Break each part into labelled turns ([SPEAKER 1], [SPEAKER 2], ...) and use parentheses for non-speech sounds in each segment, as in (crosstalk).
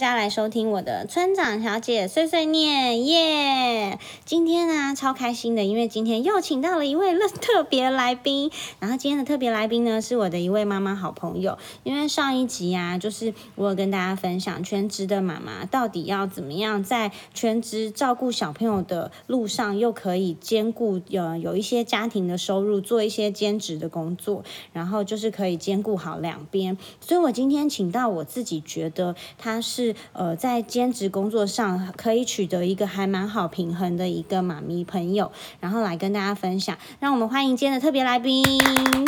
[SPEAKER 1] 来收听我的村长小姐碎碎念耶！今天呢、啊、超开心的，因为今天又请到了一位特别来宾。然后今天的特别来宾呢是我的一位妈妈好朋友，因为上一集啊，就是我有跟大家分享全职的妈妈到底要怎么样在全职照顾小朋友的路上，又可以兼顾呃有一些家庭的收入，做一些兼职的工作，然后就是可以兼顾好两边。所以我今天请到我自己觉得她是呃在兼职工作上可以取得一个还蛮好平衡的一个妈咪朋友，然后来跟大家分享。让我们欢迎今天的特别来宾。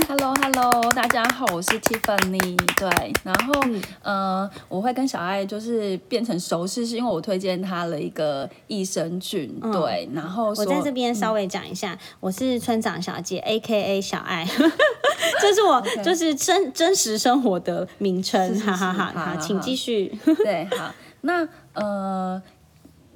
[SPEAKER 2] Hello Hello，大家好，我是 Tiffany。对，然后、嗯、呃，我会跟小爱就是变成熟识，是因为我推荐她了一个益生菌。嗯、对，然后
[SPEAKER 1] 我在这边稍微讲一下，嗯、我是村长小姐，A K A 小爱， (laughs) 这是我就是真真实生活的名称，哈哈哈。好，请继 (laughs) 续。
[SPEAKER 2] (laughs) 对，好，那呃，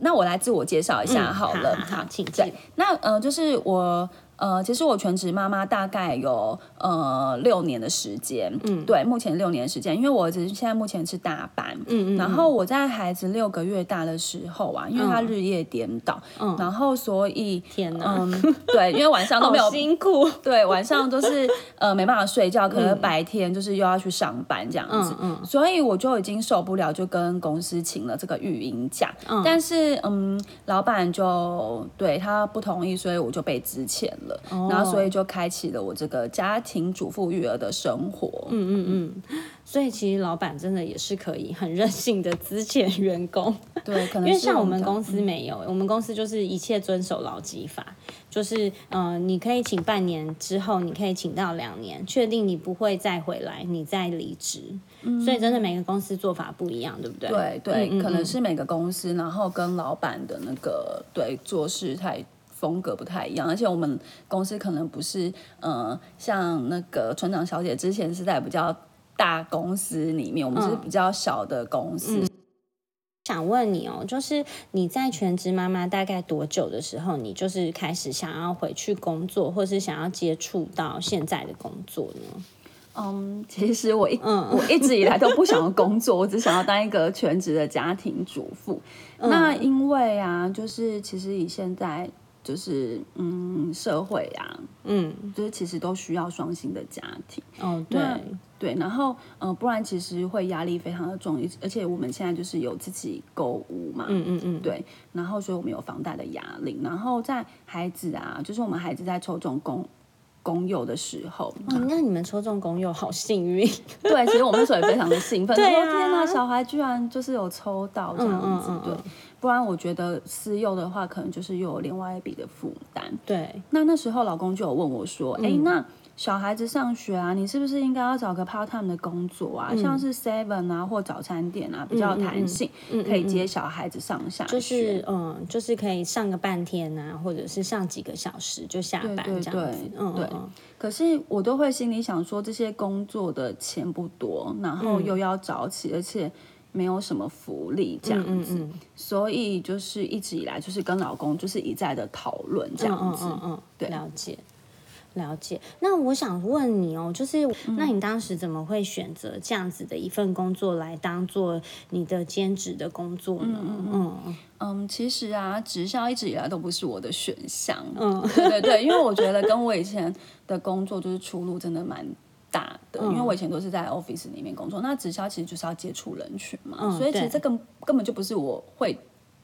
[SPEAKER 2] 那我来自我介绍一下好
[SPEAKER 1] (laughs)
[SPEAKER 2] 了，
[SPEAKER 1] 嗯好,好，请对。
[SPEAKER 2] 那呃，就是我。呃，其实我全职妈妈大概有呃六年的时间，嗯，对，目前六年时间，因为我只是现在目前是大班，嗯嗯，然后我在孩子六个月大的时候啊，因为他日夜颠倒，嗯，然后所以
[SPEAKER 1] 天哪，嗯，
[SPEAKER 2] 对，因为晚上都没有
[SPEAKER 1] 辛苦，
[SPEAKER 2] 对，晚上都是呃没办法睡觉，可能白天就是又要去上班这样子，嗯嗯，所以我就已经受不了，就跟公司请了这个育婴假，但是嗯，老板就对他不同意，所以我就被支遣了。
[SPEAKER 1] 哦
[SPEAKER 2] 然后，所以就开启了我这个家庭主妇育儿的生活。
[SPEAKER 1] 嗯嗯嗯，所以其实老板真的也是可以很任性的资遣员
[SPEAKER 2] (laughs)
[SPEAKER 1] 工。
[SPEAKER 2] 对，可能
[SPEAKER 1] 因为像我们公司没有，嗯、我们公司就是一切遵守劳基法，就是嗯、呃，你可以请半年之后，你可以请到两年，确定你不会再回来，你再离职。嗯、所以真的每个公司做法不一样，对不对？
[SPEAKER 2] 对对，嗯可能是每个公司，然后跟老板的那个对做事态。风格不太一样，而且我们公司可能不是，呃，像那个船长小姐之前是在比较大公司里面，我们是比较小的公司。嗯嗯嗯
[SPEAKER 1] 想问你哦，就是你在全职妈妈大概多久的时候，你就是开始想要回去工作，或是想要接触到现在的工作呢？
[SPEAKER 2] 嗯，um, 其实我一、嗯、我一直以来都不想要工作，我只想要当一个全职的家庭主妇。嗯、那因为啊，就是其实以现在。就是嗯，社会啊，嗯，就是其实都需要双薪的家庭。
[SPEAKER 1] 哦，对
[SPEAKER 2] 对，然后嗯、呃，不然其实会压力非常的重，而且我们现在就是有自己购物嘛，嗯嗯嗯，对，然后所以我们有房贷的压力，然后在孩子啊，就是我们孩子在抽中公公幼的时候，
[SPEAKER 1] 哦，那你们抽中公幼好幸 (laughs) 运。
[SPEAKER 2] 对，其实我们那时候也非常的兴 (laughs) 奋，
[SPEAKER 1] 对啊，
[SPEAKER 2] 天哪，小孩居然就是有抽到这样子，嗯嗯嗯对。不然我觉得私幼的话，可能就是又有另外一笔的负担。
[SPEAKER 1] 对，
[SPEAKER 2] 那那时候老公就有问我说：“哎、嗯欸，那小孩子上学啊，你是不是应该要找个 part time 的工作啊，嗯、像是 seven 啊或早餐店啊，比较弹性，嗯可以接小孩子上下学。
[SPEAKER 1] 就是嗯，就是可以上个半天啊，或者是上几个小时就下班这样子。
[SPEAKER 2] 对,对,对，嗯,嗯，可是我都会心里想说，这些工作的钱不多，然后又要早起，而且。”没有什么福利这样子，嗯嗯嗯嗯所以就是一直以来就是跟老公就是一再的讨论这样子，
[SPEAKER 1] 嗯嗯，
[SPEAKER 2] 对，
[SPEAKER 1] 了解。了解，那我想问你哦，就是
[SPEAKER 2] 嗯
[SPEAKER 1] 那你当时怎么会选择这样子的一份工作来当做你的兼职的工作呢？嗯
[SPEAKER 2] 嗯、嗯、嗯，其实啊，职校一直以来都不是我的选项，嗯，对 (laughs) 对对，因为我觉得跟我以前的工作就是出入真的蛮。大的，因为我以前都是在 office 里面工作，嗯、那直销其实就是要接触人群嘛，嗯、所以其实这根根本就不是我会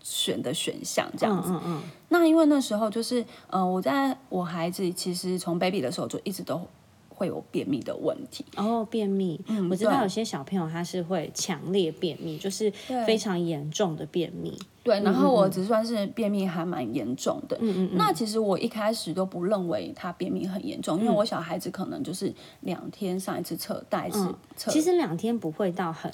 [SPEAKER 2] 选的选项这样子。嗯、那因为那时候就是，呃，我在我孩子其实从 baby 的时候就一直都会有便秘的问题。
[SPEAKER 1] 哦，便秘，
[SPEAKER 2] 嗯
[SPEAKER 1] 我知道有些小朋友他是会强烈便秘，就是非常严重的便秘。
[SPEAKER 2] 对，然后我只算是便秘还蛮严重的。嗯嗯嗯。嗯那其实我一开始都不认为他便秘很严重，因为我小孩子可能就是两天上一次测带是测。
[SPEAKER 1] 其实两天不会到很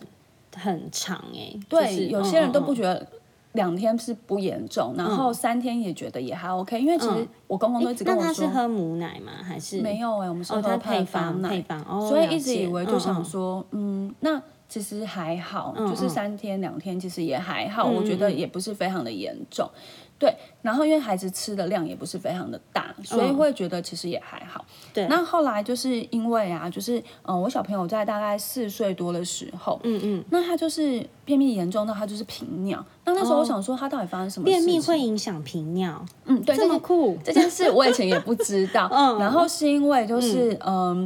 [SPEAKER 1] 很长哎。
[SPEAKER 2] 对，有些人
[SPEAKER 1] 嗯
[SPEAKER 2] 都不觉得两天是不严重，然后三天也觉得也还 OK，因为其实我公公都一直跟我说。那
[SPEAKER 1] 嗯他是喝母奶吗？还是哦
[SPEAKER 2] 没有哎？我们是喝
[SPEAKER 1] 配
[SPEAKER 2] 方
[SPEAKER 1] 配方哦，
[SPEAKER 2] 所以一直以为就想说，嗯，那。其
[SPEAKER 1] 嗯
[SPEAKER 2] 实还好，嗯嗯就是三天两天，其实也还好，嗯我觉得也不是非常的严重。对，然后因为孩子吃的量也不是非常的大，所以会觉得其实也还好。
[SPEAKER 1] 嗯对
[SPEAKER 2] 那后来就是因为啊，就是嗯、呃我小朋友在大概四岁多的时候，
[SPEAKER 1] 嗯嗯，
[SPEAKER 2] 那他就是便秘严重到他就是频尿。那那时候我想说他到底发生什么
[SPEAKER 1] 哦
[SPEAKER 2] 事
[SPEAKER 1] 便
[SPEAKER 2] 情？
[SPEAKER 1] 秘会影响频尿，
[SPEAKER 2] 嗯，对，
[SPEAKER 1] 这
[SPEAKER 2] 这
[SPEAKER 1] 么
[SPEAKER 2] 件
[SPEAKER 1] 酷，
[SPEAKER 2] 这件事我以前也不知道。
[SPEAKER 1] (laughs) 嗯
[SPEAKER 2] 然后是因为就是嗯。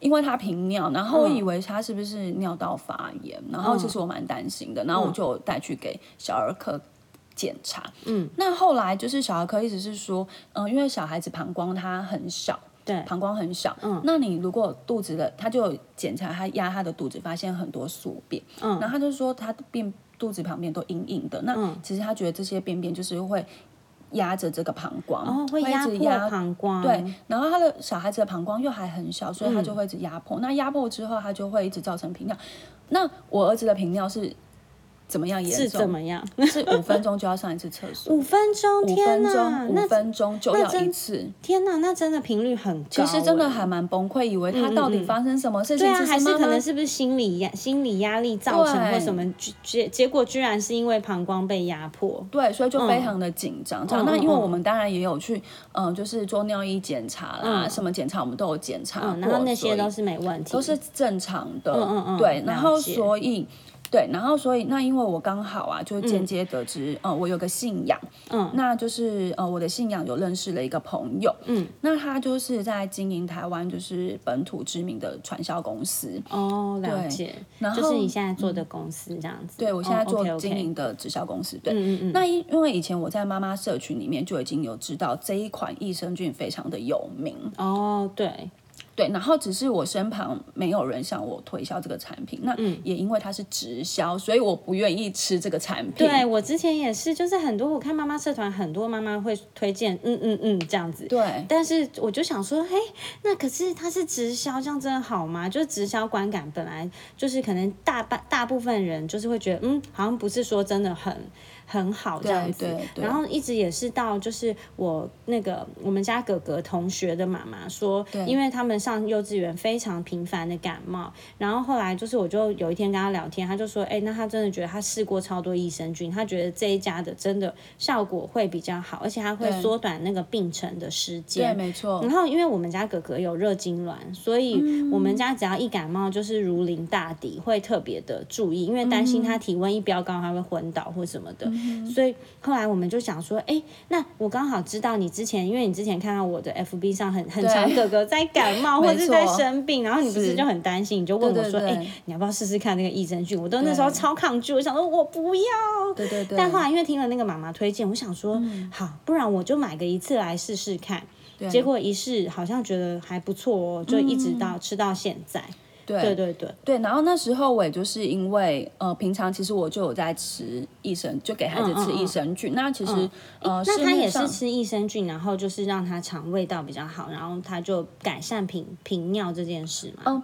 [SPEAKER 2] 因为他频尿，然后我
[SPEAKER 1] 嗯
[SPEAKER 2] 以为他是不是尿道发炎，然后其实我蛮担心的，然后我就带去给小儿科检查。
[SPEAKER 1] 嗯，
[SPEAKER 2] 那后来就是小儿科一直是说，嗯、因为小孩子膀胱它很小，
[SPEAKER 1] 对，
[SPEAKER 2] 膀胱很小，
[SPEAKER 1] 嗯
[SPEAKER 2] 那你如果肚子的，他就有检查他压他的肚子，发现很多宿便，
[SPEAKER 1] 嗯
[SPEAKER 2] 然后他就说他的便肚子旁边都硬硬的，那
[SPEAKER 1] 嗯
[SPEAKER 2] 其实他觉得这些便便就是会压着这个膀胱，
[SPEAKER 1] 然哦后会
[SPEAKER 2] 会一
[SPEAKER 1] 压
[SPEAKER 2] 直
[SPEAKER 1] 迫膀胱，
[SPEAKER 2] 对，然后他的小孩子的膀胱又还很小，所以他就会一直压
[SPEAKER 1] 嗯
[SPEAKER 2] 迫。那压迫之后，他就会一直造成频尿。那我儿子的频尿是怎么样
[SPEAKER 1] 是
[SPEAKER 2] 严
[SPEAKER 1] 怎
[SPEAKER 2] 重？
[SPEAKER 1] 么样？ (laughs)
[SPEAKER 2] 是五分钟就要上一次厕所，
[SPEAKER 1] 五分钟，
[SPEAKER 2] 五
[SPEAKER 1] 天
[SPEAKER 2] 分
[SPEAKER 1] 哪，
[SPEAKER 2] 钟，
[SPEAKER 1] 那
[SPEAKER 2] 五分钟就
[SPEAKER 1] 那
[SPEAKER 2] 要一
[SPEAKER 1] 真
[SPEAKER 2] 次。
[SPEAKER 1] 天哪，那真的频率很高欸，嗯
[SPEAKER 2] 其实真的还蛮崩溃，以为他到底发生什么事情？
[SPEAKER 1] 对啊，
[SPEAKER 2] 其实
[SPEAKER 1] 还是
[SPEAKER 2] 妈
[SPEAKER 1] 可
[SPEAKER 2] 妈
[SPEAKER 1] 能是不是心理压心理压力造成
[SPEAKER 2] 对
[SPEAKER 1] 或什么居结结果居然是因为膀胱被压迫，
[SPEAKER 2] 对，所以就非常的紧张。这样，
[SPEAKER 1] 嗯
[SPEAKER 2] 那
[SPEAKER 1] 嗯
[SPEAKER 2] 因为
[SPEAKER 1] 嗯
[SPEAKER 2] 我们当然也有去，嗯、就是做尿液检查啦，
[SPEAKER 1] 嗯
[SPEAKER 2] 什么检查我们都有检查过、
[SPEAKER 1] 嗯，然后那些
[SPEAKER 2] 所以
[SPEAKER 1] 都是没问题，
[SPEAKER 2] 都是正常的，
[SPEAKER 1] 嗯嗯
[SPEAKER 2] 对，
[SPEAKER 1] 了
[SPEAKER 2] 然后
[SPEAKER 1] 解
[SPEAKER 2] 所以。对，然后所以那因为我刚好啊，就间接得知，呃，我有个信仰，
[SPEAKER 1] 嗯
[SPEAKER 2] 那就是呃我的信仰有认识了一个朋友，
[SPEAKER 1] 嗯，
[SPEAKER 2] 那他就是在经营台湾就是本土知名的传销公司，
[SPEAKER 1] 哦，了
[SPEAKER 2] 对
[SPEAKER 1] 解，
[SPEAKER 2] 然后嗯
[SPEAKER 1] 就是你现在做的公司这样子，
[SPEAKER 2] 对我现在做经营
[SPEAKER 1] 营，
[SPEAKER 2] 的直销公司，对，
[SPEAKER 1] 哦嗯嗯嗯，
[SPEAKER 2] 那因因为以前我在妈妈社群里面就已经有知道这一款益生菌非常的有名，
[SPEAKER 1] 哦，对，
[SPEAKER 2] 对，然后只是我身旁没有人向我推销这个产品，那
[SPEAKER 1] 嗯
[SPEAKER 2] 也因为它是直销，所以我不愿意吃这个产品。
[SPEAKER 1] 对我之前也是，就是很多我看妈妈社团，很多妈妈会推荐，嗯嗯嗯这样子。
[SPEAKER 2] 对
[SPEAKER 1] 但是我就想说，嘿，那可是它是直销，这样真的好吗？就是直销观感本来就是可能大半大部分人就是会觉得，嗯，好像不是说真的很很好这样
[SPEAKER 2] 对
[SPEAKER 1] 子。
[SPEAKER 2] 对对，
[SPEAKER 1] 然后一直也是到就是我那个我们家哥哥同学的妈妈说，因为他们上幼稚园非常频繁的感冒，然后后来就是我就有一天跟他聊天，他就说，哎、那他真的觉得他试过超多益生菌，他觉得这一家的真的效果会比较好，而且他会
[SPEAKER 2] 对
[SPEAKER 1] 缩短那个病程的时
[SPEAKER 2] 对，
[SPEAKER 1] 间。
[SPEAKER 2] 没错
[SPEAKER 1] 然，后，因为我们家哥哥有热痉挛，所
[SPEAKER 2] 嗯
[SPEAKER 1] 以我们家只要一感冒，就是如临大敌，会特别的注意，因为担心
[SPEAKER 2] 嗯
[SPEAKER 1] 他体温一飙高，他会昏倒或什么的。所以后来我们就想说，哎，那我刚好知道你之前，因为你之前看到我的 FB 上很很
[SPEAKER 2] 对
[SPEAKER 1] 常哥哥在感
[SPEAKER 2] (laughs)
[SPEAKER 1] 冒
[SPEAKER 2] 没
[SPEAKER 1] 或
[SPEAKER 2] 错
[SPEAKER 1] 者是在生病，然后你不是
[SPEAKER 2] 是
[SPEAKER 1] 就很担心，你就问我说，
[SPEAKER 2] 对对对
[SPEAKER 1] 哎，你要不要试试看那个益生菌？我都那
[SPEAKER 2] 对
[SPEAKER 1] 时候超抗拒，我想说我不要。
[SPEAKER 2] 对对对。
[SPEAKER 1] 但后来因为听了那个妈妈推荐，我想说，好，不然我就买个一次来试试看。
[SPEAKER 2] 嗯对啊
[SPEAKER 1] 结果一试好像觉得还不错哦，就一直
[SPEAKER 2] 嗯
[SPEAKER 1] 到、吃到现在。
[SPEAKER 2] 对
[SPEAKER 1] 对对对，
[SPEAKER 2] 对，然后那时候我也就是因为呃，平常其实我就有在吃益生，就给孩子吃
[SPEAKER 1] 嗯嗯嗯嗯
[SPEAKER 2] 益生菌。那其实、呃，
[SPEAKER 1] 那
[SPEAKER 2] 市
[SPEAKER 1] 他
[SPEAKER 2] 面
[SPEAKER 1] 也是
[SPEAKER 2] 上
[SPEAKER 1] 吃益生菌，然后就是让他肠胃道比较好，然后他就改善频频尿这件事嘛。
[SPEAKER 2] 哦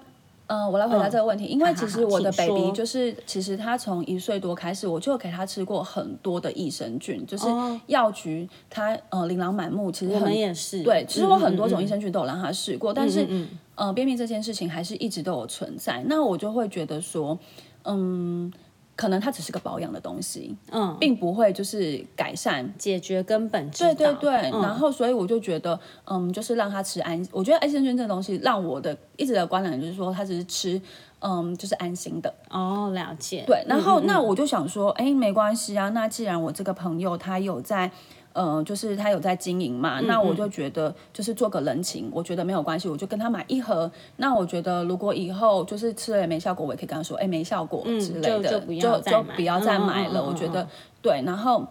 [SPEAKER 2] 嗯，我来回答这个问题，因为其实我的
[SPEAKER 1] 好好好请
[SPEAKER 2] baby
[SPEAKER 1] 说
[SPEAKER 2] 就是，其实他从一岁多开始，我就给他吃过很多的益生菌，就是
[SPEAKER 1] 哦
[SPEAKER 2] 药局他呃琳琅满目，其实
[SPEAKER 1] 我们
[SPEAKER 2] 很
[SPEAKER 1] 也是，嗯
[SPEAKER 2] 对，其实我很多种益
[SPEAKER 1] 菌，
[SPEAKER 2] 生菌都有让他试过，但是
[SPEAKER 1] 嗯
[SPEAKER 2] 呃便秘这件事情还是一直都有存在，那我就会觉得说，嗯，可能它只是个保养的东西，
[SPEAKER 1] 嗯，
[SPEAKER 2] 并不会就是改善
[SPEAKER 1] 解决根本之
[SPEAKER 2] 对对
[SPEAKER 1] 道
[SPEAKER 2] 对，
[SPEAKER 1] 嗯
[SPEAKER 2] 然后所以我就觉得，嗯，就是让他吃安，我觉得安心菌这东西让我的一直的观感就是说，他只是吃，嗯，就是安心的。
[SPEAKER 1] 哦了解，
[SPEAKER 2] 对，然后、
[SPEAKER 1] 嗯嗯
[SPEAKER 2] 那我就想说，哎，没关系啊，那既然我这个朋友他有在。呃，就是他有在经营嘛，
[SPEAKER 1] 嗯
[SPEAKER 2] 那我就觉得就是做个人情，我觉得没有关系，我就跟他买一盒。那我觉得如果以后就是吃了也没效果，我也可以跟他说，哎，没效果之类
[SPEAKER 1] 嗯就
[SPEAKER 2] 的，
[SPEAKER 1] 就不要再买
[SPEAKER 2] 不要再
[SPEAKER 1] 嗯嗯
[SPEAKER 2] 买
[SPEAKER 1] 嗯
[SPEAKER 2] 了。
[SPEAKER 1] 嗯
[SPEAKER 2] 我觉
[SPEAKER 1] 嗯
[SPEAKER 2] 得对，然后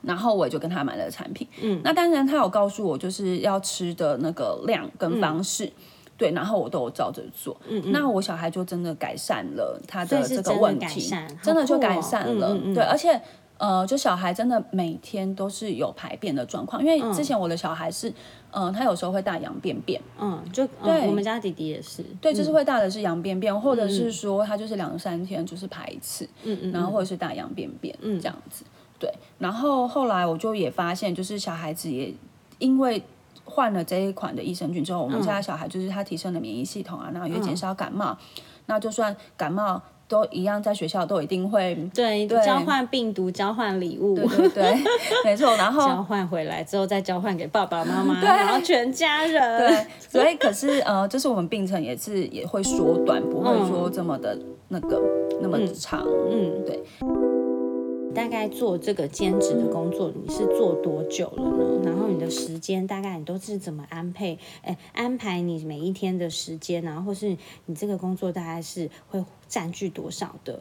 [SPEAKER 2] 然后我也就跟他买了产品。嗯，那当然他有告诉我就是要吃的那个量
[SPEAKER 1] 嗯
[SPEAKER 2] 跟方式。对，然后我都有照着做，嗯那我小孩就真的改善了他
[SPEAKER 1] 所以
[SPEAKER 2] 的
[SPEAKER 1] 是
[SPEAKER 2] 这个
[SPEAKER 1] 真的
[SPEAKER 2] 问
[SPEAKER 1] 改
[SPEAKER 2] 题，
[SPEAKER 1] 善好
[SPEAKER 2] 真的就
[SPEAKER 1] 酷
[SPEAKER 2] 改
[SPEAKER 1] 哦
[SPEAKER 2] 善
[SPEAKER 1] 嗯
[SPEAKER 2] 了，
[SPEAKER 1] 嗯嗯
[SPEAKER 2] 对，而且呃，就小孩真的每天都是有排便的状况，因为之前我的小孩是，嗯、他有时候会大羊便便，
[SPEAKER 1] 嗯就嗯
[SPEAKER 2] 对
[SPEAKER 1] 我们家弟弟也是，嗯
[SPEAKER 2] 对，就是会大的是羊便便，或者是说他就是两三天就是排一次，
[SPEAKER 1] 嗯嗯，
[SPEAKER 2] 然后或者是大羊便便，这样子。对，然后后来我就也发现，就是小孩子也因为换了这一款的益生
[SPEAKER 1] 嗯
[SPEAKER 2] 菌之后，我们家的小孩就是他提升了免疫系统啊，然后也减少感冒。那就算感冒都一样，在学校都一定会
[SPEAKER 1] 对，
[SPEAKER 2] 对
[SPEAKER 1] 交换病毒，交换礼物，
[SPEAKER 2] 对
[SPEAKER 1] (laughs)
[SPEAKER 2] 对对，没错。然
[SPEAKER 1] 交
[SPEAKER 2] 后
[SPEAKER 1] 换回来之后再交换给爸爸
[SPEAKER 2] (laughs)
[SPEAKER 1] 妈妈，然后全家人。
[SPEAKER 2] 对，所以可是呃，就是我们病程也是也会缩短，不会说这么的那个、那么长。
[SPEAKER 1] 嗯，
[SPEAKER 2] 对。
[SPEAKER 1] 大概做这个兼职的工作，你是做多久了呢？然后你的时间大概你都是怎么安配？哎，安排你每一天的时间，然后或是你这个工作大概是会占据多少的？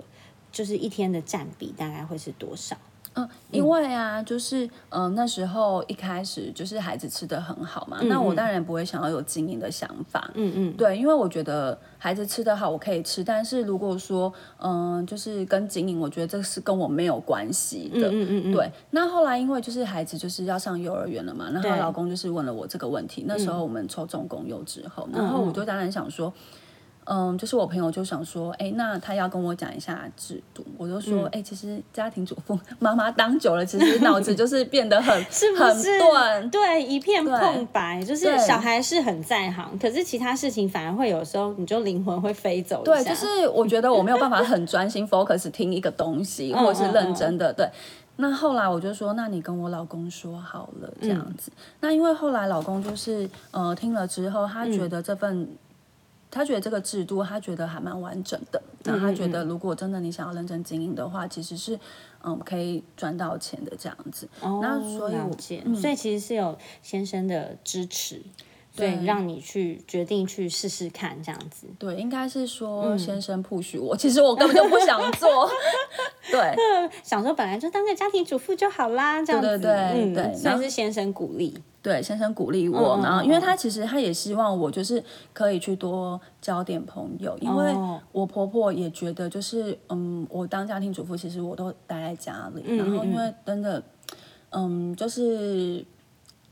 [SPEAKER 1] 就是一天的占比大概会是多少？
[SPEAKER 2] 嗯，因为啊，就是嗯、呃那时候一开始就是孩子吃的很好嘛，那我当然不会想要有经营的想法。
[SPEAKER 1] 嗯嗯，
[SPEAKER 2] 对，因为我觉得孩子吃得好，我可以吃，但是如果说，嗯、就是跟经营，我觉得这是跟我没有关系的。
[SPEAKER 1] 嗯嗯嗯，
[SPEAKER 2] 对，那后来因为就是孩子就是要上幼儿园了嘛，然后
[SPEAKER 1] 对嗯
[SPEAKER 2] 老公就是问了我这个问题。那时候我们抽中公幼之后，然后我就当然想说，嗯，就是我朋友就想说，哎，那他要跟我讲一下制度，我就说，
[SPEAKER 1] 嗯
[SPEAKER 2] 哎、其实家庭主妇妈妈当久了，其实脑
[SPEAKER 1] (laughs)
[SPEAKER 2] 子就是变得很
[SPEAKER 1] 是不
[SPEAKER 2] 很
[SPEAKER 1] 是？
[SPEAKER 2] 钝，
[SPEAKER 1] 对，一片空白，就是
[SPEAKER 2] 对
[SPEAKER 1] 小孩是很在行，可是其他事情反而会有时候你就灵魂会飞走一
[SPEAKER 2] 对，
[SPEAKER 1] 下
[SPEAKER 2] 就是我觉得我没有办法很专心 focus 听一个东西，
[SPEAKER 1] 嗯
[SPEAKER 2] 或者是认真的。对，那后来我就说，那你跟我老公说好了，这样
[SPEAKER 1] 嗯
[SPEAKER 2] 子。那因为后来老公就是呃听了之后，他
[SPEAKER 1] 嗯
[SPEAKER 2] 觉得这份。他觉得这个制度，他觉得还蛮完整的。
[SPEAKER 1] 嗯
[SPEAKER 2] 然后他觉得，如果真的你想要认真经营的话，其实是嗯可以赚到钱的这样子。
[SPEAKER 1] 哦，
[SPEAKER 2] 那所以
[SPEAKER 1] 了
[SPEAKER 2] 我嗯
[SPEAKER 1] 解，所以其实是有先生的支持，所以
[SPEAKER 2] 对
[SPEAKER 1] 让你去决定去试试看这样子。
[SPEAKER 2] 对，应该是
[SPEAKER 1] 嗯
[SPEAKER 2] 说先生 push 我，其实我根本就不想
[SPEAKER 1] (laughs)
[SPEAKER 2] 做。对，
[SPEAKER 1] 呃想说本来就当个家庭主妇就好啦，这样子，
[SPEAKER 2] 对对
[SPEAKER 1] 嗯，
[SPEAKER 2] 对
[SPEAKER 1] 算
[SPEAKER 2] 然后
[SPEAKER 1] 是先生鼓励，
[SPEAKER 2] 对，先生鼓励我，
[SPEAKER 1] 嗯嗯
[SPEAKER 2] 然后
[SPEAKER 1] 嗯
[SPEAKER 2] 因为他其实他也希望我就是可以去多交点朋友，因为
[SPEAKER 1] 哦
[SPEAKER 2] 我婆婆也觉得就是嗯，我当家庭主妇其实我都待在家里，
[SPEAKER 1] 嗯
[SPEAKER 2] 然后因为真的嗯，就是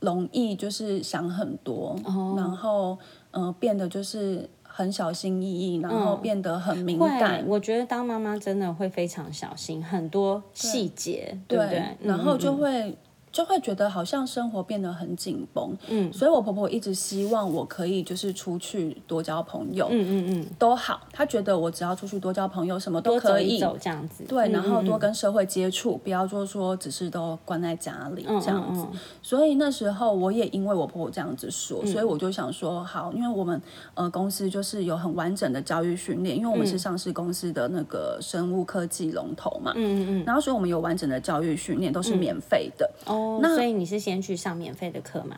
[SPEAKER 2] 容易就是想很多，
[SPEAKER 1] 哦
[SPEAKER 2] 然后嗯、呃变得就是很小心翼翼，然后
[SPEAKER 1] 嗯
[SPEAKER 2] 变得很敏
[SPEAKER 1] 会
[SPEAKER 2] 感，，
[SPEAKER 1] 我觉得当妈妈真的会非常小心，很多细节，对不对？
[SPEAKER 2] 然后就
[SPEAKER 1] 嗯嗯嗯
[SPEAKER 2] 会。就会觉得好像生活变得很紧绷，
[SPEAKER 1] 嗯
[SPEAKER 2] 所以我婆婆一直希望我可以就是出去多交朋友，
[SPEAKER 1] 嗯嗯嗯，
[SPEAKER 2] 都好，她觉得我只要出去多交朋友，什么都
[SPEAKER 1] 多走
[SPEAKER 2] 可
[SPEAKER 1] 一
[SPEAKER 2] 以，
[SPEAKER 1] 走这样子，
[SPEAKER 2] 对，
[SPEAKER 1] 嗯
[SPEAKER 2] 然后
[SPEAKER 1] 嗯
[SPEAKER 2] 多
[SPEAKER 1] 嗯
[SPEAKER 2] 跟社会接触，不要就说只是都关在家里
[SPEAKER 1] 嗯
[SPEAKER 2] 这样子。
[SPEAKER 1] 嗯嗯
[SPEAKER 2] 所以那时候我也因为我婆婆这样子说，
[SPEAKER 1] 嗯
[SPEAKER 2] 所以我就想说，好，因为我们呃公司就是有很完整的教育训练，因为我
[SPEAKER 1] 嗯
[SPEAKER 2] 们是上市公司的那个生物科技龙头嘛，
[SPEAKER 1] 嗯嗯嗯嗯
[SPEAKER 2] 然后所以我们有完整的教育训练，都是免费的。
[SPEAKER 1] 哦，
[SPEAKER 2] 那
[SPEAKER 1] 所以你是先去上免费的课吗？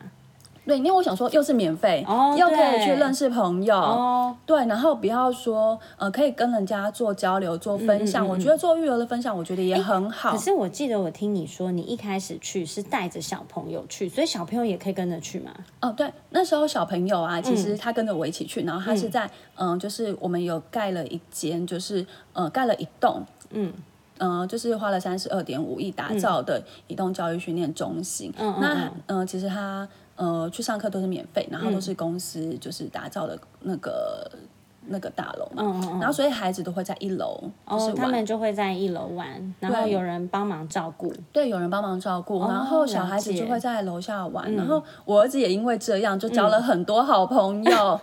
[SPEAKER 2] 对，因为我想说又是免费，
[SPEAKER 1] 哦
[SPEAKER 2] 又可以
[SPEAKER 1] 对
[SPEAKER 2] 去认识朋友，
[SPEAKER 1] 哦，
[SPEAKER 2] 对，然后不要说呃可以跟人家做交流、做
[SPEAKER 1] 嗯
[SPEAKER 2] 分享。我觉得做育儿的分享，我觉得也很好
[SPEAKER 1] 可。是我记得我听你说，你一开始去是带着小朋友去，所以小朋友也可以跟着去嘛？
[SPEAKER 2] 哦，对，那时候小朋友啊，其
[SPEAKER 1] 嗯
[SPEAKER 2] 实他跟着我一起去，然后他是在嗯、呃就是我们有盖了一间，就是呃盖了一栋，
[SPEAKER 1] 嗯。
[SPEAKER 2] 呃，就是花了三十二点五亿打造的移动教育训练中心。
[SPEAKER 1] 嗯嗯
[SPEAKER 2] 那
[SPEAKER 1] 嗯
[SPEAKER 2] 嗯、呃其实他呃去上课都是免费，然后都是公司就是打造的那个那个大楼嘛。
[SPEAKER 1] 嗯嗯嗯
[SPEAKER 2] 然后所以孩子都会在一楼，就是
[SPEAKER 1] 哦，他
[SPEAKER 2] 玩
[SPEAKER 1] 们就会在一楼玩，然后
[SPEAKER 2] 对
[SPEAKER 1] 有人帮忙照顾。
[SPEAKER 2] 对，有人帮忙照
[SPEAKER 1] 哦
[SPEAKER 2] 顾，然后小孩子就会在楼下玩，
[SPEAKER 1] 解
[SPEAKER 2] 然后我儿子也因为这样就
[SPEAKER 1] 嗯
[SPEAKER 2] 交了很多好朋
[SPEAKER 1] (laughs)
[SPEAKER 2] 友，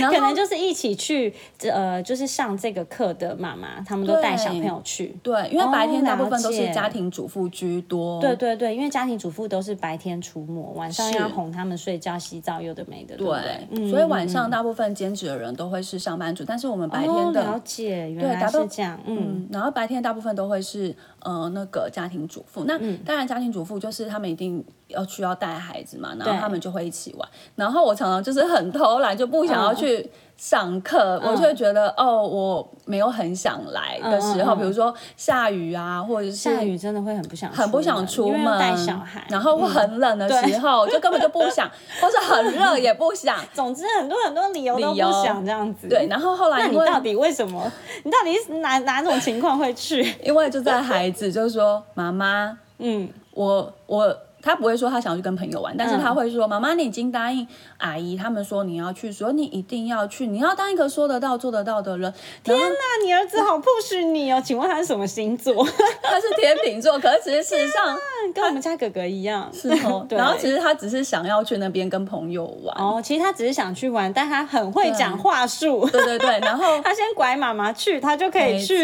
[SPEAKER 2] 然
[SPEAKER 1] 可
[SPEAKER 2] 后
[SPEAKER 1] 能就是一起去，呃，就是上这个课的妈妈，他们都带小朋友去。
[SPEAKER 2] 对，因为白天
[SPEAKER 1] 哦
[SPEAKER 2] 大部分都
[SPEAKER 1] 了
[SPEAKER 2] 是
[SPEAKER 1] 解
[SPEAKER 2] 家庭主妇居多，
[SPEAKER 1] 对对对，因为家庭主妇都是白天出没，晚上
[SPEAKER 2] 是
[SPEAKER 1] 要哄他们睡觉、洗澡，有的没的，对不
[SPEAKER 2] 对
[SPEAKER 1] 对？嗯
[SPEAKER 2] 所以晚上大部分兼职的人都会是上班族，但是我们白
[SPEAKER 1] 哦，
[SPEAKER 2] 天的。
[SPEAKER 1] 了解，原来
[SPEAKER 2] 达到
[SPEAKER 1] 是这样，嗯
[SPEAKER 2] 嗯，然后白天大部分都会是呃那个家庭主妇，那、
[SPEAKER 1] 嗯
[SPEAKER 2] 当然家庭主妇就是他们一定要需要带孩子嘛，然后
[SPEAKER 1] 对
[SPEAKER 2] 他们就会一起玩。然后我常常就是很偷懒，就不想
[SPEAKER 1] 嗯
[SPEAKER 2] 要去上课，我就会觉得哦我没有很想来的时候，
[SPEAKER 1] 嗯嗯嗯
[SPEAKER 2] 比如说下雨啊，或者是
[SPEAKER 1] 下雨真的会很不想，
[SPEAKER 2] 很不想出
[SPEAKER 1] 因为要
[SPEAKER 2] 门，
[SPEAKER 1] 带小孩，
[SPEAKER 2] 然后
[SPEAKER 1] 嗯
[SPEAKER 2] 很冷的
[SPEAKER 1] 对
[SPEAKER 2] 时候、就根本就不
[SPEAKER 1] (laughs)
[SPEAKER 2] 想，或是很热也不想。
[SPEAKER 1] 总之很多很多理由都不
[SPEAKER 2] 理由
[SPEAKER 1] 想这样子。
[SPEAKER 2] 对，，然后后来
[SPEAKER 1] 那
[SPEAKER 2] 因
[SPEAKER 1] 你
[SPEAKER 2] 为
[SPEAKER 1] 到底为什么？你到底是哪哪种情况会去？
[SPEAKER 2] 因为就在孩子就说妈妈，
[SPEAKER 1] 嗯，
[SPEAKER 2] 我我。他不会说他想要去跟朋友玩，但是他会说：“妈妈，你已经答应阿姨他们说你要去，所以你一定要去，你要当一个说得到做得到的人。”天哪，
[SPEAKER 1] 那你儿子好 push 你哦，请问他是什么星座？ (laughs)
[SPEAKER 2] 他是天秤座，可是其实事实上
[SPEAKER 1] 跟我们家哥哥一样。
[SPEAKER 2] 是
[SPEAKER 1] (laughs)
[SPEAKER 2] 哦。
[SPEAKER 1] 对
[SPEAKER 2] 然后其实他只是想要去那边跟朋友玩。
[SPEAKER 1] 哦，其实他只是想去玩，但他很会讲话术。
[SPEAKER 2] 对对对，然后
[SPEAKER 1] (laughs) 他先拐妈妈去，他就可以
[SPEAKER 2] 没错
[SPEAKER 1] 去。，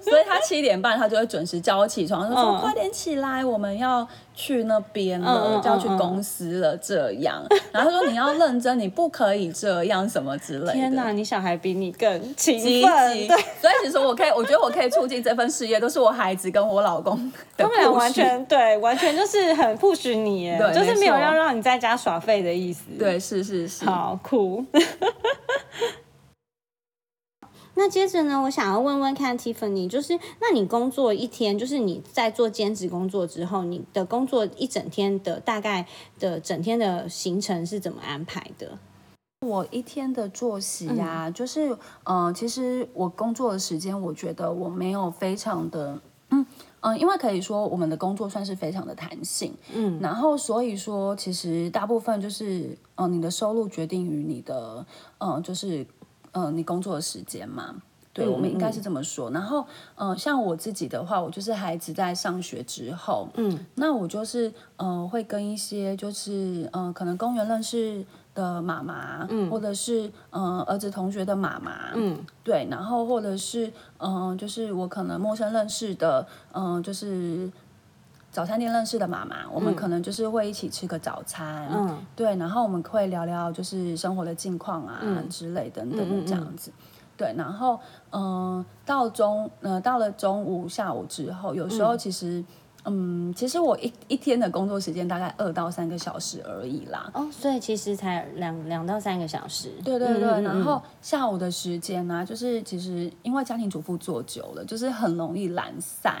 [SPEAKER 2] 所以他七点半他就会准时叫我起床，就说
[SPEAKER 1] 嗯
[SPEAKER 2] 快点起来，我们要去那边
[SPEAKER 1] 嗯嗯
[SPEAKER 2] 了，
[SPEAKER 1] 嗯
[SPEAKER 2] 就要去公司了，这样。 (laughs) 然后他说你要认真，你不可以这样什么之类的。
[SPEAKER 1] 天哪，你小孩比你更勤
[SPEAKER 2] 积
[SPEAKER 1] 奋，
[SPEAKER 2] 极，
[SPEAKER 1] 对，
[SPEAKER 2] 所以其实我可以，我觉得我可以促进这份事业，都是我孩子跟我老公的
[SPEAKER 1] 他们俩
[SPEAKER 2] push
[SPEAKER 1] 完全对，完全就是很 push 你耶，
[SPEAKER 2] 对
[SPEAKER 1] 就是没有
[SPEAKER 2] 没错嗯
[SPEAKER 1] 要让你在家耍废的意思。，
[SPEAKER 2] 对，是是是，
[SPEAKER 1] 好酷。 (laughs) 那接着呢，我想要问问看 Tiffany，就是那你工作一天，就是你在做兼职工作之后，你的工作一整天的大概的整天的行程是怎么安排的？
[SPEAKER 2] 我一天的作息啊，就是嗯、呃，其实我工作的时间，我觉得我没有非常的。嗯嗯，因为可以说我们的工作算是非常的弹性，
[SPEAKER 1] 嗯，
[SPEAKER 2] 然后所以说其实大部分就是，嗯、你的收入决定于你的，嗯、就是，嗯、你工作的时间嘛，对，
[SPEAKER 1] 嗯
[SPEAKER 2] 我们
[SPEAKER 1] 嗯
[SPEAKER 2] 应该
[SPEAKER 1] 嗯
[SPEAKER 2] 是这么说。然后，嗯、像我自己的话，我就是孩子在上学之后，
[SPEAKER 1] 嗯，
[SPEAKER 2] 那我就是，嗯、会跟一些就是，嗯、可能公园认识的妈妈，嗯，或者是，嗯、儿子同学的妈妈，嗯，对，然后或者是，嗯、就是我可能陌生认识的，嗯、就是。早餐店认识的妈妈，我们可能就是会一起吃个早餐，
[SPEAKER 1] 嗯，
[SPEAKER 2] 对，然后我们会聊聊就是生活的近况啊、之类等等
[SPEAKER 1] 嗯嗯嗯
[SPEAKER 2] 的这样子。对，然后嗯、呃到中呃，到了中午、下午之后，有时候其实嗯其实我一一天的工作时间大概二到三个小时而已啦。
[SPEAKER 1] 哦，所以其实才两两到三个小时。
[SPEAKER 2] 对对对，
[SPEAKER 1] 嗯嗯嗯
[SPEAKER 2] 然后下午的时间呢、就是其实因为家庭主妇做久了，就是很容易懒
[SPEAKER 1] (laughs)
[SPEAKER 2] 散，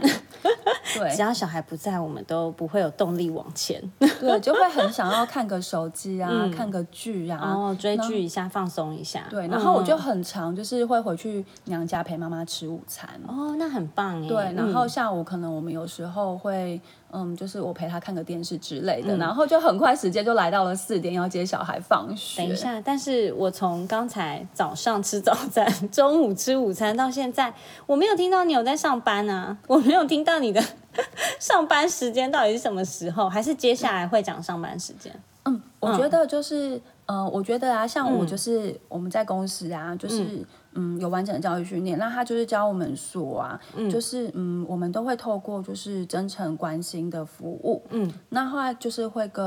[SPEAKER 2] 对
[SPEAKER 1] 只要小孩不在，我们都不会有动力往前。
[SPEAKER 2] 对，就会很想要看个手机啊，
[SPEAKER 1] 嗯
[SPEAKER 2] 看个剧啊，
[SPEAKER 1] 然后追剧一下，放松一下。
[SPEAKER 2] 对，
[SPEAKER 1] 嗯
[SPEAKER 2] 然后我就很常就是会回去娘家陪妈妈吃午餐。
[SPEAKER 1] 哦，那很棒哎。
[SPEAKER 2] 对，然后
[SPEAKER 1] 嗯
[SPEAKER 2] 下午可能我们有时候会，嗯，就是我陪她看个电视之类
[SPEAKER 1] 嗯
[SPEAKER 2] 的，然后就很快时间就来到了四点，要接小孩放学。
[SPEAKER 1] 等一，下，但是我从刚才早上吃早餐，中午吃午餐到现在，我没有听到你有在上班啊， (laughs) 我没有听到你的 (laughs) 上班时间到底是什么时候，还是接下来会讲上班时间？
[SPEAKER 2] 嗯，我觉得就是，呃，我觉得啊，像我
[SPEAKER 1] 嗯
[SPEAKER 2] 就是、我们在公司啊，就是嗯有完整的教育训练，那他就是教我们说啊，就是嗯，我们都会透过就是真诚关心的服务，
[SPEAKER 1] 嗯，
[SPEAKER 2] 那后来就是会跟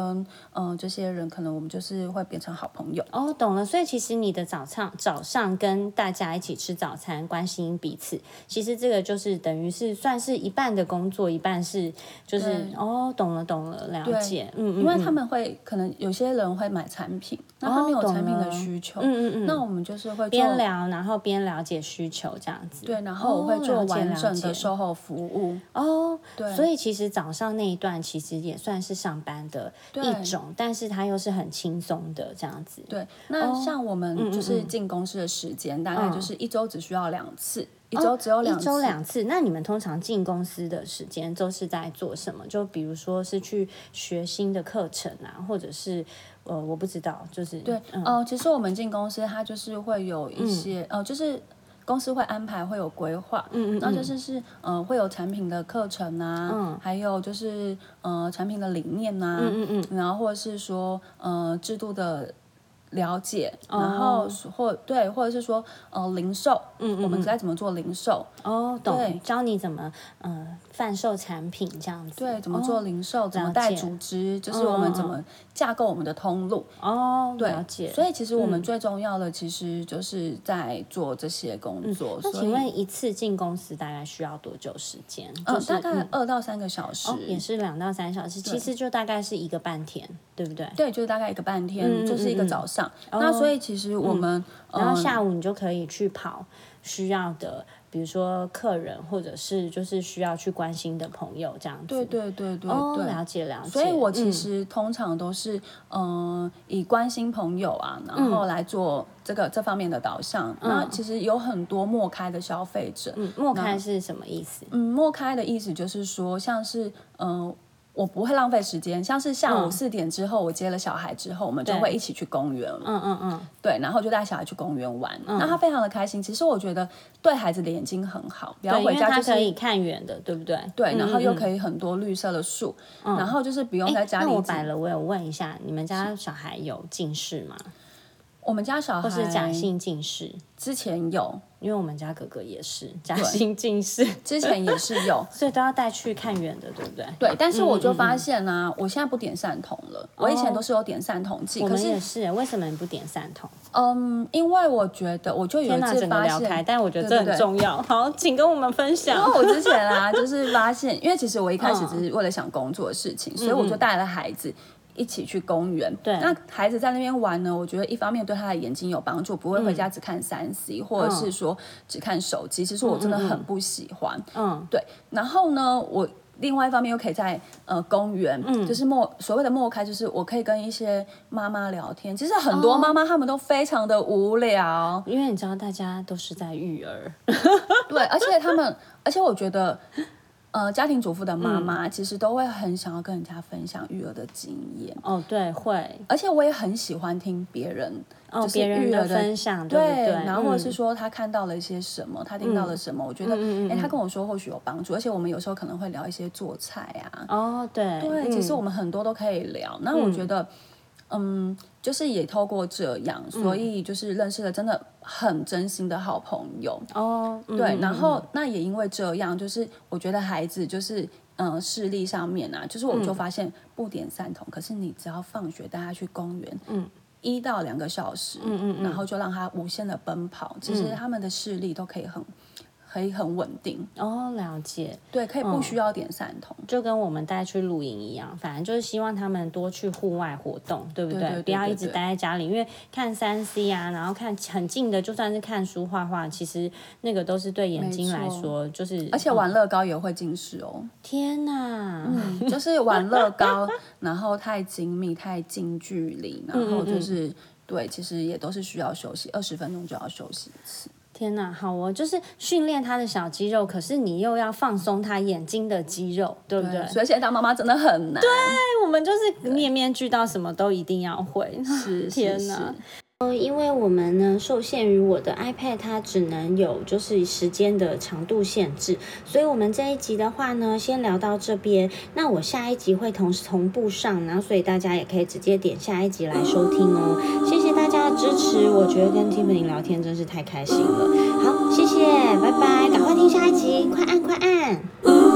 [SPEAKER 2] 嗯、呃这些人，可能我们就是会变成好朋友。
[SPEAKER 1] 哦，懂了。所以其实你的早上早上跟大家一起吃早餐，关心彼此，其实这个就是等于是算是一半的工作，一半是就是
[SPEAKER 2] 对
[SPEAKER 1] 哦，懂了懂了，了
[SPEAKER 2] 对
[SPEAKER 1] 解。嗯嗯，
[SPEAKER 2] 因为
[SPEAKER 1] 嗯
[SPEAKER 2] 他们会可能有些人会买产品，那他
[SPEAKER 1] 哦
[SPEAKER 2] 们有
[SPEAKER 1] 懂
[SPEAKER 2] 产品
[SPEAKER 1] 了
[SPEAKER 2] 的需求，
[SPEAKER 1] 嗯嗯嗯，
[SPEAKER 2] 那我们就是会做
[SPEAKER 1] 边聊然后边了解需求这样子。
[SPEAKER 2] 对，然后我
[SPEAKER 1] 哦
[SPEAKER 2] 会做
[SPEAKER 1] 了解
[SPEAKER 2] 完
[SPEAKER 1] 了
[SPEAKER 2] 整
[SPEAKER 1] 解
[SPEAKER 2] 的售后服务，
[SPEAKER 1] 哦，
[SPEAKER 2] 对
[SPEAKER 1] 所以其实早上那一段其实也算是上班的一
[SPEAKER 2] 对
[SPEAKER 1] 种，但是它又是很轻松的这样子。
[SPEAKER 2] 对，那像我
[SPEAKER 1] 哦嗯
[SPEAKER 2] 们就
[SPEAKER 1] 嗯
[SPEAKER 2] 是
[SPEAKER 1] 嗯
[SPEAKER 2] 进公司的时间，大概
[SPEAKER 1] 嗯哦
[SPEAKER 2] 就是一周只需要两次，一周只有两
[SPEAKER 1] 一
[SPEAKER 2] 次，
[SPEAKER 1] 周两次。那你们通常进公司的时间都是在做什么？就比如说是去学新的课程啊，或者是呃，我不知道，就是
[SPEAKER 2] 对，
[SPEAKER 1] 嗯、
[SPEAKER 2] 呃，其实我们进公司，它就是会有一些，呃，就是公司会安排，会有规划，
[SPEAKER 1] 嗯嗯
[SPEAKER 2] 然后就
[SPEAKER 1] 嗯
[SPEAKER 2] 是是，呃，会有产品的课程啊，
[SPEAKER 1] 嗯
[SPEAKER 2] 还有就是，呃，产品的理念呐、啊，
[SPEAKER 1] 嗯嗯嗯
[SPEAKER 2] 然后或者是说，呃，制度的了解，
[SPEAKER 1] 哦
[SPEAKER 2] 然后是或对，或者是说，呃，零售，
[SPEAKER 1] 嗯嗯
[SPEAKER 2] 我们
[SPEAKER 1] 嗯
[SPEAKER 2] 该怎么做零售，
[SPEAKER 1] 哦，懂
[SPEAKER 2] 对，
[SPEAKER 1] 教你怎么呃贩售产品这样子。
[SPEAKER 2] 对，怎么做零售，怎
[SPEAKER 1] 哦
[SPEAKER 2] 么
[SPEAKER 1] 了
[SPEAKER 2] 带
[SPEAKER 1] 解
[SPEAKER 2] 组织，
[SPEAKER 1] 嗯
[SPEAKER 2] 就是我们
[SPEAKER 1] 嗯
[SPEAKER 2] 怎
[SPEAKER 1] 嗯
[SPEAKER 2] 么架构我们的通路，
[SPEAKER 1] 哦？哦，
[SPEAKER 2] 对
[SPEAKER 1] 了解。
[SPEAKER 2] 所以其实我们
[SPEAKER 1] 嗯
[SPEAKER 2] 最重要的，其实就是在做这些工作。
[SPEAKER 1] 嗯那
[SPEAKER 2] 所
[SPEAKER 1] 请
[SPEAKER 2] 以，
[SPEAKER 1] 问一次进公司大概需要多久时间？
[SPEAKER 2] 嗯、
[SPEAKER 1] 就是
[SPEAKER 2] 大概
[SPEAKER 1] 嗯
[SPEAKER 2] 二到三个小时。
[SPEAKER 1] 哦，也是两到三小时，其实就大概是一个半天，对不对？
[SPEAKER 2] 对，就是大概一个半天，
[SPEAKER 1] 嗯嗯
[SPEAKER 2] 就是一个
[SPEAKER 1] 嗯
[SPEAKER 2] 早上。那所以其实我们，嗯、
[SPEAKER 1] 然后下午你就可以去跑需要的，比如说客人或者是就是需要去关心的朋友这样子。
[SPEAKER 2] 对对对对
[SPEAKER 1] 哦，
[SPEAKER 2] 对。
[SPEAKER 1] 了解了解。
[SPEAKER 2] 所以我其
[SPEAKER 1] 嗯
[SPEAKER 2] 实通常都是，嗯、以关心朋友啊，
[SPEAKER 1] 嗯
[SPEAKER 2] 然后来做这个这方面的导向。那其实有很多陌开的消费者，
[SPEAKER 1] 嗯，默开是什么意思？
[SPEAKER 2] 嗯，默开的意思就是说，像是嗯、呃我不会浪费时间，像是下午四点之后，我接了小孩之后，我们就
[SPEAKER 1] 嗯对
[SPEAKER 2] 会一起去公园，
[SPEAKER 1] 嗯嗯嗯，
[SPEAKER 2] 对，然后就带小孩去公园玩，那他非常的开心。其实我觉得对孩子的眼睛很好，不要
[SPEAKER 1] 对，因
[SPEAKER 2] 回
[SPEAKER 1] 为
[SPEAKER 2] 家
[SPEAKER 1] 它
[SPEAKER 2] 就是
[SPEAKER 1] 可以看远的，对不对？
[SPEAKER 2] 对，然后又
[SPEAKER 1] 以。嗯嗯
[SPEAKER 2] 可以很多绿色的树，然后就是不用在家里
[SPEAKER 1] 那
[SPEAKER 2] 一
[SPEAKER 1] 我
[SPEAKER 2] 直。
[SPEAKER 1] 摆了，我有问一下，你们家小孩有近视吗？
[SPEAKER 2] 哎我们家小孩
[SPEAKER 1] 或是假性近视？
[SPEAKER 2] 之前有，
[SPEAKER 1] 因为我们家哥哥也是假性近视，
[SPEAKER 2] 之前也是
[SPEAKER 1] (laughs)
[SPEAKER 2] 有，
[SPEAKER 1] 所以都要带去看远的，对不对？
[SPEAKER 2] 对，但
[SPEAKER 1] 嗯
[SPEAKER 2] 是我就发现呢、我现在不点散瞳了，我以前都是有点散瞳剂，
[SPEAKER 1] 哦我
[SPEAKER 2] 可
[SPEAKER 1] 们也
[SPEAKER 2] 是
[SPEAKER 1] 是，欸为什么你不点散瞳？
[SPEAKER 2] 嗯，因为我觉得我就有
[SPEAKER 1] 天
[SPEAKER 2] 一
[SPEAKER 1] 哪，
[SPEAKER 2] 次
[SPEAKER 1] 整个
[SPEAKER 2] 发
[SPEAKER 1] 聊开，
[SPEAKER 2] 现。
[SPEAKER 1] 但
[SPEAKER 2] (laughs)
[SPEAKER 1] 我觉得这
[SPEAKER 2] 对对
[SPEAKER 1] 很
[SPEAKER 2] 对
[SPEAKER 1] 重要。好，请跟我们分
[SPEAKER 2] 因为
[SPEAKER 1] 享。
[SPEAKER 2] 我之前啊，就是发现，因为其实我一开始
[SPEAKER 1] 嗯
[SPEAKER 2] 只是为了想工作的事情，所以我就带了孩子一起去公园。
[SPEAKER 1] 对
[SPEAKER 2] 那孩子在那边玩呢，我觉得一方面对他的眼睛有帮助，不会回
[SPEAKER 1] 嗯
[SPEAKER 2] 家只看三 C，、或者是说只看手机。其实我真的很不喜欢。
[SPEAKER 1] 嗯，
[SPEAKER 2] 对，然后呢，我另外一方面又可以在呃公园，
[SPEAKER 1] 嗯
[SPEAKER 2] 就是默所谓的默开，就是我可以跟一些妈妈聊天。其实很
[SPEAKER 1] 哦
[SPEAKER 2] 多妈妈她们都非常的无聊，
[SPEAKER 1] 因为你知道大家都是在育儿，
[SPEAKER 2] 对，而且她
[SPEAKER 1] (laughs)
[SPEAKER 2] 们，而且我觉得。呃，家庭主妇的
[SPEAKER 1] 嗯
[SPEAKER 2] 妈妈其实都会很想要跟人家分享育儿的经验，
[SPEAKER 1] 哦，对，会
[SPEAKER 2] 而且我也很喜欢听别人
[SPEAKER 1] 哦，
[SPEAKER 2] (laughs) 就是
[SPEAKER 1] 别人
[SPEAKER 2] 育儿
[SPEAKER 1] 的
[SPEAKER 2] 的
[SPEAKER 1] 分享，对不对？
[SPEAKER 2] 然后或者
[SPEAKER 1] 嗯
[SPEAKER 2] 是说他看到了一些什么，他听到了什么，我觉得，哎、
[SPEAKER 1] 嗯嗯嗯
[SPEAKER 2] 他跟我说或许有帮助，而且我们有时候可能会聊一些做菜啊，
[SPEAKER 1] 哦，对
[SPEAKER 2] 对，
[SPEAKER 1] 嗯
[SPEAKER 2] 其实我们很多都可以聊。那我觉得，嗯就是也透过这样，所
[SPEAKER 1] 嗯
[SPEAKER 2] 以就是认识了真的很真心的好朋友。
[SPEAKER 1] 哦，嗯
[SPEAKER 2] 对，然。
[SPEAKER 1] 嗯嗯
[SPEAKER 2] 后那也因为这样，就是我觉得孩子就是。嗯，视力上面啊，就是我就发现不点散瞳，可是你只要放学带他去公园，
[SPEAKER 1] 嗯，
[SPEAKER 2] 一到两个小时，
[SPEAKER 1] 嗯嗯
[SPEAKER 2] 然后就让他无限的奔跑，其实他们的视力都可以很，可以很稳定，
[SPEAKER 1] 哦，了解，
[SPEAKER 2] 对，可以
[SPEAKER 1] 嗯
[SPEAKER 2] 不需要点散瞳，
[SPEAKER 1] 就跟我们带去露营一样，反正就是希望他们多去户外活动，对不
[SPEAKER 2] 对对对
[SPEAKER 1] 不要
[SPEAKER 2] 对
[SPEAKER 1] 一直
[SPEAKER 2] 对
[SPEAKER 1] 待在家里，因为看三 C 啊，然后看很近的，就算是看书、画画，其实那个都是对眼睛来
[SPEAKER 2] 错
[SPEAKER 1] 说，就是哦
[SPEAKER 2] 而且玩乐高也会近视哦。
[SPEAKER 1] 天哪，
[SPEAKER 2] 嗯， (laughs) 就是玩乐高，然后太精密、太近距离，然
[SPEAKER 1] 嗯
[SPEAKER 2] 后就是对，其实也都是需要休息，二十分钟就要休息一次。
[SPEAKER 1] 天哪，好哦，就是训练他的小肌肉，可是你又要放松他眼睛的肌肉，对不对？啊
[SPEAKER 2] 所以现在当妈妈真的很难。对，
[SPEAKER 1] 我们就是面面俱到，什么都一定要会。
[SPEAKER 2] 是
[SPEAKER 1] 天
[SPEAKER 2] 是
[SPEAKER 1] 哪
[SPEAKER 2] 是
[SPEAKER 1] 哦，因为我们呢受限于我的 iPad，它只能有就是时间的长度限制，所以我们这一集的话呢，先聊到这边。那我下一集会同时同步上，然后所以大家也可以直接点下一集来收听哦。谢谢大家的支持，我觉得跟 Tiffany 聊天真是太开心了。好，谢谢，拜拜，赶快听下一集，快按快按。
[SPEAKER 3] Ooh,